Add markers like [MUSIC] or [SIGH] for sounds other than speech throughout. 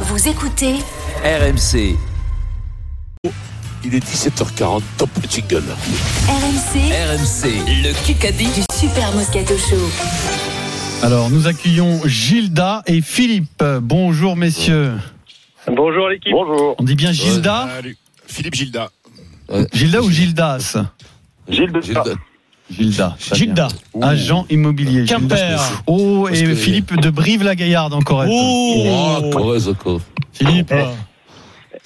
Vous écoutez RMC, Il est 17h40, top jingle. RMC RMC, le Kikadi du Super Moscato Show. Alors, nous accueillons Gilda et Philippe. Euh, Bonjour, messieurs. Bonjour l'équipe. On dit bien Gilda bah, Philippe Gilda. Gilda ou Gildas Gilles de Gilda. Gilda. très bien. Gilda. Agent immobilier. Quimper. Gilda. Oh, Parce que- et Philippe de Brive-la-Gaillarde encore. Oh, Oh, Corrèze, quoi. Philippe.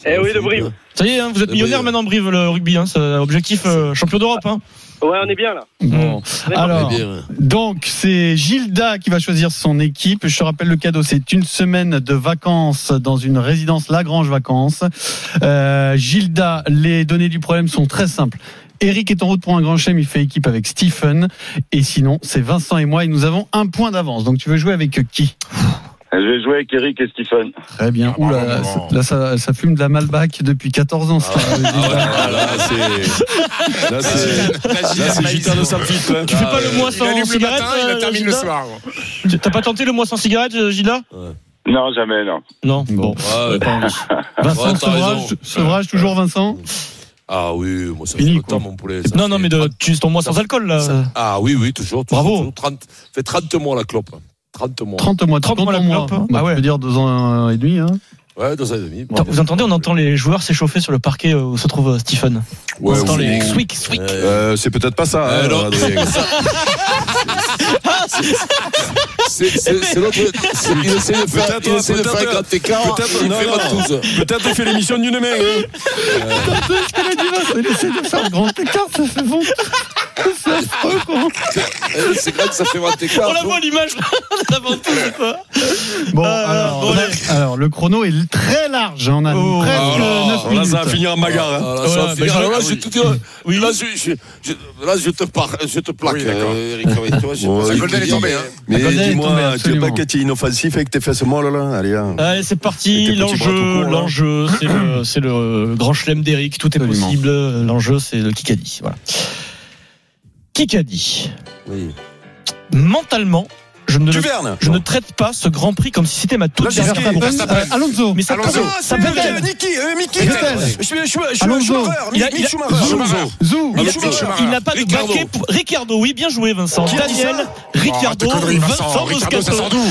Eh oui, de Brive. Ça y est, hein, vous êtes Eh millionnaire oui. maintenant, Brive, le rugby. Hein, c'est objectif euh, champion d'Europe. Hein. Ouais, on est bien là. Bon. Alors, Eh bien, donc, c'est Gilda qui va choisir son équipe. Je te rappelle le cadeau, c'est une semaine de vacances dans une résidence Lagrange Vacances. Euh, Gilda, les données du problème sont très simples. Eric est en route pour un grand chelem, il fait équipe avec Stephen. Et sinon, c'est Vincent et moi, et nous avons un point d'avance. Donc, tu veux jouer avec qui Je vais jouer avec Eric et Stephen. Très bien. Ouh là, là, ça- là, ça, ça fume de la Malbac depuis 14 ans. ça. ah, là, c'est. Là, c'est. Là, c'est Gilda de Saint-Philippe. hein. Tu fais pas le mois sans cigarette euh, Gilda Tu- T'as pas tenté le mois sans cigarette, euh, Gilda Non, jamais, non. Non. Bon. Ah, ouais. Vincent Ouais, t'as Sevrage, raison. Sevrage, toujours Vincent Ah oui, moi, ça Fini, fait quoi. longtemps, mon poulet. ça Non, fait non, mais de, 30 tu ton mois sans alcool, là. Ah oui, oui, toujours. toujours, Bravo. toujours. 30 fait 30 mois la clope. 30 mois. 30 mois, 30 30 mois la mois. clope, hein. Bah, Ah ouais. Je veux dire 2 ans et demi. Hein. Ouais, deux ans et demi. Attends, Vous entendez, on entend les joueurs s'échauffer sur le parquet euh, où se trouve euh, Stephen. Ouais, on entend oui. les swick, swick. Euh, Euh, c'est peut-être pas ça. Euh, hein, non. [LAUGHS] Adrien. C'est c'est- c'est l'autre. c'est- Il essaie de faire Peut-être, il essaie de faire peut-être. un grand écart. Peut-être, Il non, fait non. pas tous. peut-être on fait l'émission d'une main. hein. de faire grand écart, ça fait bon. Euh, C'est quand ça fait 20 écarts. On la voit l'image [LAUGHS] d'avant tout, c'est quoi Bon, Ah, alors, bon, bref, alors, le chrono est très large. hein, On a Oh, presque oh, oh, 9 Là, ça va minutes. finir en bagarre. hein. Ah, là, ça Voilà, va mais finir. je- Alors là, ah, je oui. te dirais- Oui. là, je, je- je- là, je te, par- je te plaque, Oui, d'accord. euh, Eric. ouais, tu vois, je sais Bon, pas ce il- que je il- dis, mais- hein. Mais La Golden est tombée, dis-moi, tu veux absolument. pas que tu es inoffensif avec tes fesses molles là Allez, hein. Allez, c'est Et parti. tes petits bras tout L'enjeu, courts, là. l'enjeu, c'est [CLEARS THROAT] le, c'est le grand chelem d'Eric. Tout est Absolument. possible. L'enjeu, c'est le Kikadi. Voilà. Kikadi. Oui. Mentalement, je ne, Duverne je ne traite pas ce Grand Prix comme si c'était ma toute Là, dernière Verstappen. course. Euh, Alonso. Mais ça Alonso. commence- ça Euh, pédale. Niki, euh, Mickey. Vettel. Je suis je suis- je suis- Alonso. Schumacher. Il a- Mick il a- Schumacher. Alonso. Zou. Il a- Schumacher. Il n'a pas de Ricardo. baquet pour Ricardo. Oui, bien joué, Vincent. Qui a dit Daniel, ça Ah, Ricardo, Vincent Moscato.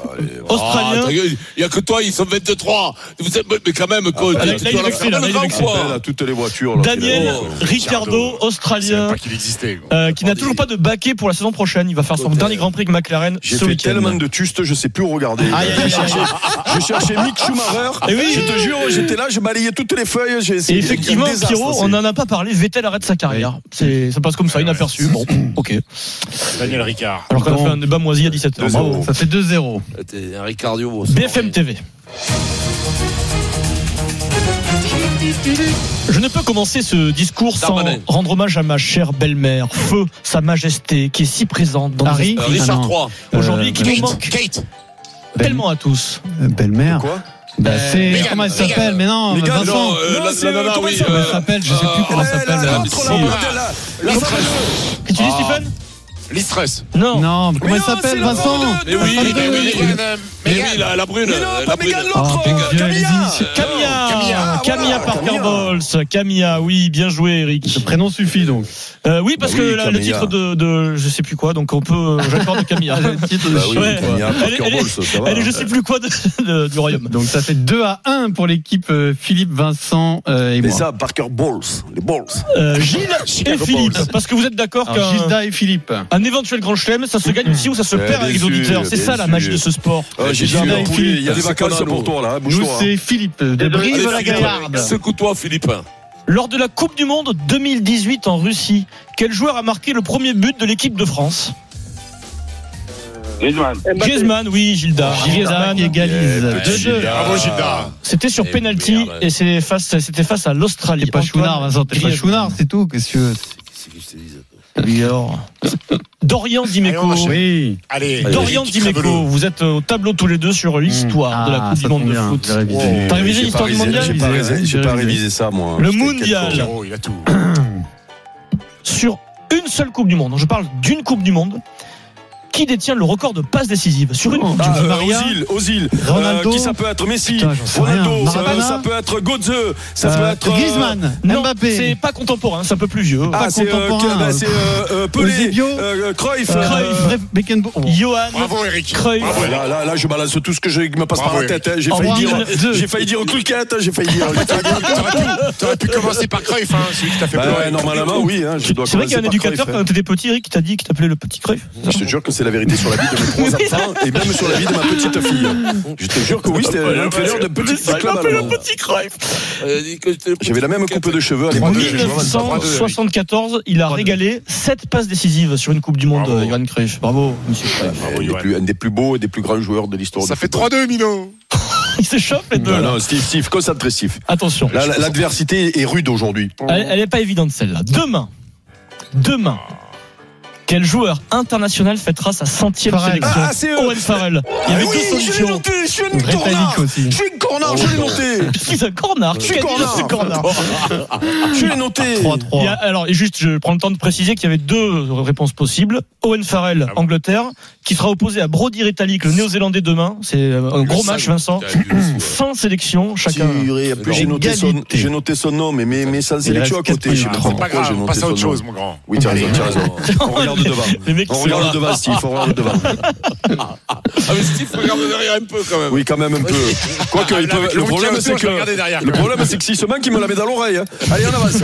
Ah, ta Australien. gueule, Il n'y a que toi, ils sont 23. Vous êtes, mais quand même, quoi. Ah, tu- là, là, tu il est dois la vexé, là, faire là, il est mal, vexé. quoi. Appelle à toutes les voitures. là, Daniel, Oh, qu'il a- Ricardo, Australien, euh, qui n'a toujours pas de baquet pour la saison prochaine. Il va faire son dernier Grand Prix avec McLaren J'ai ce fait week-end. tellement de tustes, je sais plus où regarder. Aïe, aïe, Je aïe, cherchais- je cherchais Mick Schumacher. Eh oui. je te jure, j'étais là, je balayais toutes les feuilles. j'ai Et essayé- effectivement, Quel désastre, Pierrot, c'est. on n'en a pas parlé. Vettel arrête sa carrière. C'est, ça passe comme ça, inaperçu. [CLEARS THROAT] Bon, ok. Daniel Ricard. Alors qu'on Bon. a fait un débat moisi à 17h. Deux Bravo. euros. Ça fait 2-0. T'es un Ricardio. c'est BFM vrai. TV. Je ne peux commencer ce discours sans Darmanin. rendre hommage à ma chère belle-mère, Feu, Sa Majesté, qui est si présente dans nos Harry Euh, esprits Richard Ah, non. 3. aujourd'hui, Euh, qui nous manque Ben tellement à tous. Euh, Belle-mère. Quoi Bah, Euh, c'est. Mégane, Comment elle Mégane. s'appelle Mais non, Mégane, Vincent. Non, euh, Non, la- c'est, la euh, nana, comment oui, ça euh, s'appelle Je sais euh, plus comment elle Eh, s'appelle. là, la- l'autre, Si. là, bordel, là. La femme- Et tu dis, Ah. Stéphane Listress. Non. Non, mais comment elle non, c'est s'appelle la Vincent femme de- Mais oui, Ah, mais pardon, oui, Mégane. mais oui, la, la brune. Mais non, euh, pas la brune. Mégane, Ah, l'autre. mon Dieu, Camilla. allez-y. Euh, Camilla Camilla. Camilla Ah, voilà, Parker Camilla. Bowles Camilla, oui, bien joué Ce Eric. prénom suffit donc. Euh, oui, parce Bah que oui, là, le Camilla. titre de, de je sais plus quoi, donc on peut euh, j'accorde [LAUGHS] Camilla. Bah oui, Ouais. Camilla, Elle est- Parker elle est- Bowles, ça va. hein. Elle est je sais plus quoi de- de- du royaume. Donc ça fait 2 à 1 pour l'équipe euh, Philippe, Vincent euh, et Mais moi. ça, Parker Balls, les Balls. Euh, [LAUGHS] Gilles et Chicago Philippe, Bulls. parce que vous êtes d'accord Alors, Mmh. qu'un Gilda et Philippe. un éventuel grand chelem, ça se gagne aussi ou ça se Ouais, perd bien avec les sûr, auditeurs. C'est bien ça la sûr. magie de ce sport. Ah, Gilles, J'ai dit, il un est poulet, il y a des C'est quoi, vacances nous pour toi là, Nous, bouge-toi. hein. c'est Philippe de Désolé, Allez, Brive-la-Gaillarde. Philippe, Secoue-toi, Philippe. Lors de la Coupe du Monde 2018 en Russie, quel joueur a marqué le premier but de l'équipe de France Eh ben, Griezmann. Griezmann, oui, Gilda. Griezmann qui Griezmann. égalise. Yeah, 2-2. Gilda. Bravo Gilda. C'était sur Eh, penalty merde. et c'est face, c'était face à l'Australie. T'es pas Antoine chouinard, Vincent, t'es pas Griezmann. chouinard, c'est tout. Qu'est-ce que Qu'est-ce que je te dis Oui, alors. Dorian Allez, on Dimeco. enchaîne. Oui. Allez, Dorian Eric Dimeco, Crabelot. vous êtes au tableau tous les deux sur l'histoire de la Ah, Coupe du Monde de foot. T'as révisé J'ai l'histoire pas du révisé- mondial J'ai pas révisé- j'ai pas révisé ça, moi. Le J'étais mondial. quelqu'un. Pierrot, il a [CLEARS THROAT] tout. Sur une seule Coupe du Monde, je parle d'une Coupe du Monde, qui détient le record de passes décisives sur Oh. une Ah, Di euh, Bah, Maria, Ozil, Ozil. Euh, Ronaldo. qui ça peut être Messi, Putain, j'en sais rien. Ronaldo, ça, Maradona. ça peut être Godze, ça peut Euh, être euh, Griezmann, Non, Mbappé. c'est pas contemporain, c'est un peu plus vieux. Ah, pas c'est euh, contemporain. que- bah, c'est, euh, euh, Pelé, Eusebio. euh, Cruyff. Euh, euh, Bref, Beckenbauer. Johan Bravo, Eric. Cruyff. Bravo, Eric. Là, là, là, je balance tout ce que je me passe Bravo, par la Eric. tête. hein. J'ai Au failli, revoir, dire, Eric. Deux. j'ai failli dire Klukat, j'ai failli dire. [LAUGHS] T'aurais pu commencer par Cruyff, hein, celui qui t'a fait Bah, pleurer. ouais, normalement, oui. hein, je dois C'est vrai qu'il y a un commencer par éducateur Cruyff, quand t'étais petit, Eric, qui t'a dit qu'il t'appelait le petit Cruyff. hein. Je te jure que c'est la vérité sur la vie de mes trois enfants et même sur la vie de ma petite fille. [LAUGHS] Je te jure que oui, c'était l'entraîneur de petit Il club m'appelait le allemand. petit Cruyff. Euh, J'avais la même coupe de cheveux à En l'époque. je me rappelle. 1974, il a régalé 7 passes décisives sur une Coupe du Monde, Bravo. euh, Johan Cruyff. Bravo, monsieur Cruyff. Un des plus- Un des plus beaux et des plus grands joueurs de l'histoire. Ça du fait football. 3-2, Mino. Il s'échappe les deux. Non, là. non, Steve, Steve, concentre Steve. Attention. Là, la- L'adversité est rude aujourd'hui. Elle, elle est pas évidente celle-là. Demain, demain, quel joueur international fêtera sa centième Farrell. sélection Ah, c'est eux. Owen Farrell. Il y avait deux solutions. noté, je suis un Britannique aussi. suis un cornard, je l'ai noté. [LAUGHS] C'est un cornard. Qui a dit ce cornard Je l'ai noté. 3-3. Il y a- alors, et juste, je prends le temps de préciser qu'il y avait deux réponses possibles. Owen Farrell, Ah bon Angleterre, qui sera opposé à Brody Retallick, le néo-zélandais demain. C'est euh, un gros match, Vincent. Fin sélection, chacun. Purée, en plus, J'ai noté, son- Égalité. j'ai noté son nom, mais, mais, mais sans sélection à reste quatre côté. Je sais minutes. C'est pas C'est pas pourquoi j'ai grave, on noté Ah, passe à son autre nom. Ah, chose, mon grand. Oui, tu as raison, tu as [LAUGHS] raison. On regarde devant. Les mecs, On sont là. regarde devant, Steve, on regarde devant. [LAUGHS] Ah, mais Steve, regarde derrière un peu quand même. Oui, quand même un peu. Quoique, Ah, ils là, peuvent- avec le bouquin problème, autour, c'est je vais regarder que. derrière, Le quand problème, c'est que si ce manque, il me la met dans l'oreille. hein. Allez, on avance.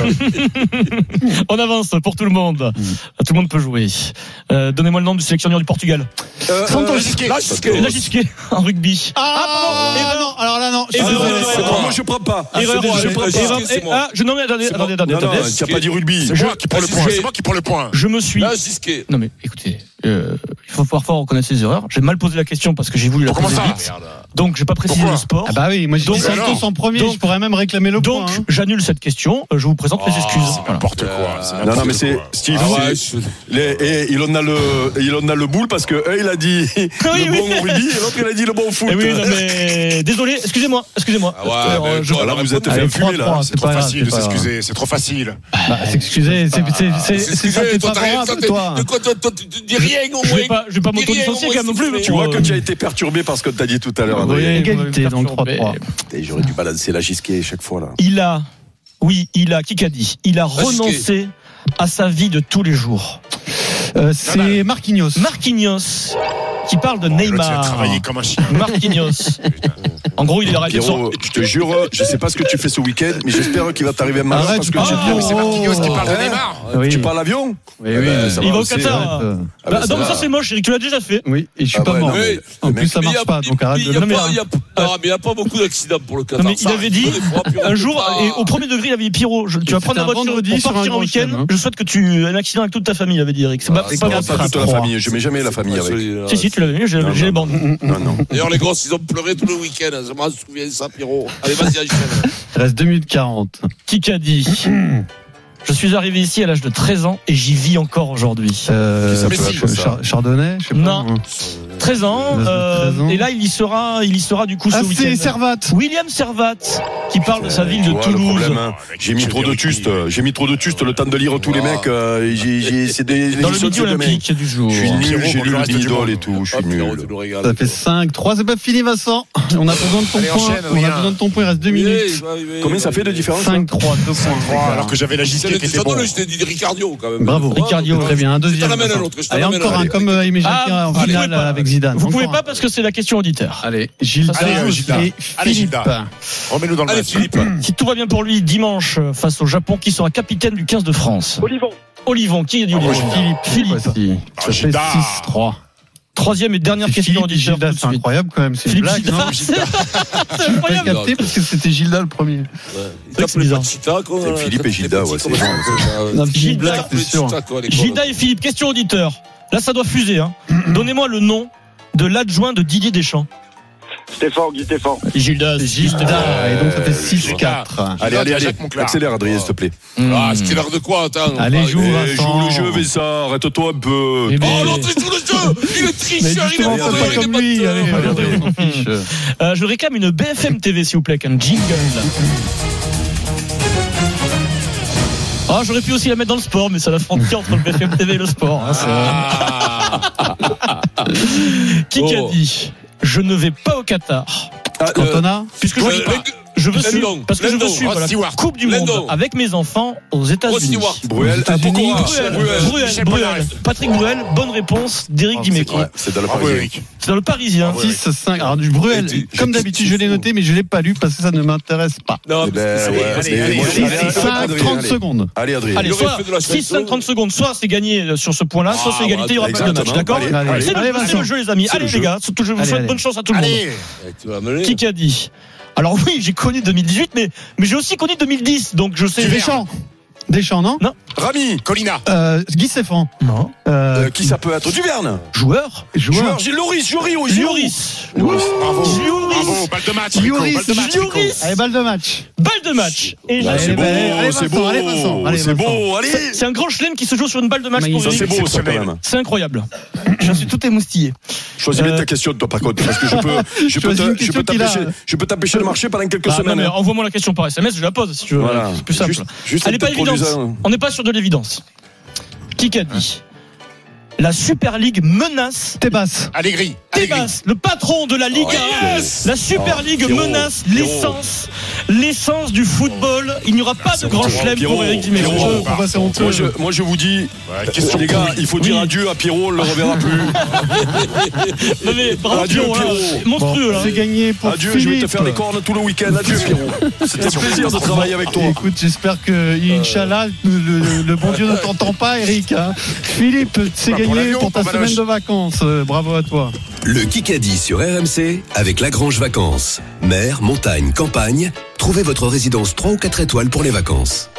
On avance pour tout le monde. Mm. Ah, Tout le monde peut jouer. Euh, Donnez-moi le nom du sélectionneur du Portugal. Euh, euh, Lagisquet [LAUGHS] en rugby. Ah, pardon. non, alors là, non. je Et suis Ah, non, désolé. non, non, c'est non, moi. moi, je prends pas. Erreur. Ah, c'est erreur, moi, je prends erreur. pas. Eh, Ah, je non mais attendez, attendez, attendez, Non, non, attendez. tu n'as pas dit rugby. C'est moi qui prends le point. C'est moi qui prends le point. Je me suis. Non mais écoutez, euh, il faut parfois reconnaître ses erreurs. J'ai mal posé la question parce que j'ai voulu la Comment poser ça vite. Donc j'ai pas précisé Pourquoi le sport. Ah bah oui, moi j'ai Donc, dit Santos alors. en premier, Donc- je pourrais même réclamer le Donc point. hein. j'annule cette question. Euh, Je vous présente Oh, mes excuses. C'est Voilà. Ah, n'importe quoi. c'est Non, non, n'importe mais c'est quoi. Steve. Ah ouais, c'est- les- eh, il en a le, il en a le boule parce que un, il a dit [LAUGHS] oui, le oui. bon au rugby et l'autre il a dit le bon au foot. Eh oui, non, mais désolé, excusez-moi, excusez-moi. Ah ouais, Euh, mais je- voilà, Là, vous êtes Allez, fait fumer là. 3-3, C'est trop pas grave, facile de c'est pas grave. s'excuser, c'est trop facile. Bah, s'excuser, c'est c'est- c'est- c'est ça que t'es pas favorable, toi. je vais pas, je vais pas m'auto-licencier quand même non plus. mais Tu bon, vois que tu as euh, été perturbé par ce que t'as dit tout à l'heure, Oui, André. égalité, donc 3-3. Putain, J'aurais dû balancer la gisquée chaque fois là. Il a, oui, il a, qui qu'a dit Il a renoncé à sa vie de tous les jours. Euh, C'est Marquinhos. Marquinhos, qui parle de L'autre, il a Neymar. travaillé comme un chien. Marquinhos. En gros, il est arrêté de son. Pierrot, je te jure, je sais pas ce que tu fais ce week-end, mais j'espère qu'il va t'arriver un malheur Arrête, parce que ah, tu Non, mais c'est Marquinhos qui parle de Hein Neymar. Oui. Tu parles avion Oui, Eh oui. ben, ça Il va au aussi, Qatar. Euh, Ah Bah, ben, non, mais va. ça c'est moche, Eric, tu l'as déjà fait. Oui, et je suis Ah pas ouais, mort. non, mais- En le plus, mec- ça marche pas, donc arrête de Non, mais, Il y a- Non, mais il n'y a pas beaucoup d'accidents pour le Qatar. non, mais il Ça avait arrive dit des fois, puis on un peut jour, pas- et au premier degré, il avait dit Pierrot, je- tu vas C'était prendre la un voiture vendredi pour sur un partir en grand week-end. week-end, hein. Je souhaite que tu aies un accident avec toute ta famille, il avait dit Eric. C'est pas, Ah, c'est pas Non, grave. Bah, pas toute la trois. famille, je mets jamais la famille Ah, avec. celui-là, Si, si, tu l'avais vu, j'ai Non, j'ai non. les bandes. Non, non. D'ailleurs, les gosses, ils ont pleuré tout le week-end. hein. Je m'en souviens, ça, Pierrot. Allez, vas-y, [LAUGHS] enchaîne. Il reste 2 minutes 40. Qui qu'a dit Je suis arrivé ici à l'âge de 13 ans et j'y vis encore aujourd'hui. Euh, Ça Mais peut si. être ça. Char- Chardonnay, je sais pas. Non. 13 ans, Il a euh, 13 ans. et là il y sera, il y sera du coup ce Ah, c'est week-end. Servat. William Servat qui parle de sa Euh, ville tu de vois, le Toulouse. problème, hein. J'ai mis trop de tustes, euh, j'ai mis trop de tustes le temps de lire tous les Ah. mecs. euh, j'ai- j'ai- C'est des des dans le insultes midi de mecs. olympique du jour. Je suis Ah, nul, Pierrot j'ai contre lu le le reste du bidol monde. et tout, je Ah, suis Pierrot, tu nul. nous régales. Ça fait 5, 3, c'est pas fini Vincent. On a besoin de ton Allez, point. enchaîne, On a Adrien. besoin de ton point, il reste 2 Oui, minutes. il va arriver, Combien il ça va fait de arriver. différence 5, 3, 2 points. Alors que j'avais la C'est gisquée le qui était bon. Sandolo, je t'ai dit Ricardio, quand même. Bravo. Ricardio, Très bien, un deuxième. t'en amène un Vincent. autre, je t'en Allez, amène un encore un, autre. comme euh, Aimé Ah, Jacquin en vous pouvez finale pas. avec Zidane. Vous pouvez Encore un. pas parce que c'est la question auditeur. Allez, Gilda Allez, euh, et Gilda. Allez, Philippe. Gilda. Remets-nous dans le Allez, match. Philippe. Si tout va bien pour lui, dimanche euh, face au Japon, qui sera capitaine du 15 de France Olivon. Olivon, qui a dit Olivon Oh, Philippe. Philippe. Philippe. Ah, Ça fait Gilda. 6-3. Troisième et dernière C'est question Philippe et auditeur. Gilda, tout de c'est suite. incroyable quand même. C'est une Philippe blague, hein, Gilda. non [LAUGHS] C'est J'ai pas incroyable. capté parce que c'était Gilda le premier. Il C'est tape les bizarre. Pachita, quoi. C'est Philippe et Gilda, ouais, c'est bon, Non, bon. c'est une blague, c'est sûr. Gilda et Philippe, question auditeur. Là, ça doit fuser. Hein. Donnez-moi le nom de l'adjoint de Didier Deschamps. Stéphane, Guy Stéphane. Gilda. Gilda. Ah, Et donc ça fait 6-4. Allez, allez, allez, Jacques Monclar. accélère Adrien, s'il te plaît. Ah, c'était l'heure de quoi, attends Allez, joue, hein. Eh, Joue Vincent. le jeu, Vincent, arrête-toi un peu. Eh ben, Oh, l'autre, il joue le jeu Il est Mais tricheur, il est justement, Allez, fais mauvais, pas il est comme pas lui. euh, de- Allez, Allez, Adrien. on s'en fiche. Euh, je réclame une BFM TV, s'il vous plaît, avec un jingle. Oh, Ah, j'aurais pu aussi la mettre dans le sport, mais c'est la frontière entre le BFM TV et le sport. hein, c'est- Ah. Ah. Qui qu'a Oh. dit Je ne vais pas au Qatar. Ah, euh, Cantona Puisque je, Euh, veux- Lindon, je veux suivre, Lindon, parce que je Lindon, veux suivre Ross la Stewart, Coupe du Lindon. Monde avec mes enfants aux États-Unis. Ross Stewart. Bruel, Aux États-Unis. Pokora. Bruel, Bruel, Michel Bruel. Polnareff. Patrick Bruel, bonne réponse d'Éric Dimeco. Ouais, c'est dans le Bravo, Parisien. Eric. C'est dans le Parisien. 6, 5. Alors, du Bruel, Et tu- comme j'étais d'habitude, je l'ai fou. noté, mais je ne l'ai pas lu parce que ça ne m'intéresse pas. Non, Eh ben, allez, ouais, allez, mais allez, moi, je- allez, allez, 6, allez. 5, allez, 30 allez. secondes. Allez, Adrien. Allez, Il aurait soit fait de la 6, 5, chanson. 30 secondes, soit c'est gagné euh, sur ce point-là, soit Ah, c'est égalité, il n'y aura pas de match, exactement. d'accord Allez, allez. C'est Allez, le, c'est Vincent. le jeu, les amis. C'est Allez, le les jeu. gars, surtout, je vous Allez, souhaite allez. bonne chance à tout le monde. Allez. Eh, Tu vas me Qui qui a dit Alors oui, j'ai connu 2018, mais, mais j'ai aussi connu 2010, donc je sais. Deschamps. Deschamps, non Rami, Colina. euh, Guy Stéphane. Non. Euh, euh, qui ça peut être Duverne Joueur Joueur, Joueur. Gilles Loris, Jory, au Giroud. Lloris. Bravo. Lloris. Bravo. Balle de match. Rico, Lloris. balle de match, Rico. Lloris. Allez, balle de match. Balle de match. Et Ah, j'ai- c'est Allez, beau, allez, allez, c'est Vincent, allez, Vincent, allez, beau, c'est beau, allez C'est un grand chelem qui se joue sur une balle de match pour Magnifique. Ça c'est Eric. beau, ça quand même. C'est incroyable. J'en suis tout émoustillé. Choisis Euh, bien ta question, toi, par contre, parce que je peux, je peux, Choisis une te- je question peux qu'il a. t'empêcher, je peux t'empêcher de marcher pendant quelques Ah, non, semaines. mais hein. Envoie-moi la question par SMS, je la pose si tu veux. Voilà. C'est plus simple. Juste, juste Elle n'est pas peut-être pour évidente. Luzin. On n'est pas sur de l'évidence. Qui qu'a dit Hein La Super League menace Tebas. Allegri. Ah Allegri. Tebas, le patron de la Ligue 1. La Super League Oh, Pierrot, menace Pierrot. l'essence, l'essence du football. Il n'y aura pas de grand honteux. chelem Pierrot, pour Eric Pierrot. Dimeco. Pourquoi c'est honteux Moi je, moi, je vous dis, Ouais, Question les gars, il faut dire Oui. adieu à Pierrot, on le reverra plus. Non mais bravo Adieu, Pierrot, là. Pierrot. monstrueux hein. là. C'est gagné pour adieu, Philippe. je vais te faire les cornes tout le week-end. Adieu, Pierrot. C'était un plaisir de travailler avec toi. Euh, Écoute, j'espère que, Inch'Allah, le, le- le bon Dieu ne t'entend pas, Eric. hein. Philippe, c'est Pas pour gagné l'avion, pour ta pour semaine Valoche. de vacances. Euh, Bravo à toi. Le Kikadi sur RMC avec Lagrange Vacances. Mer, montagne, campagne, trouvez votre résidence 3 ou 4 étoiles pour les vacances.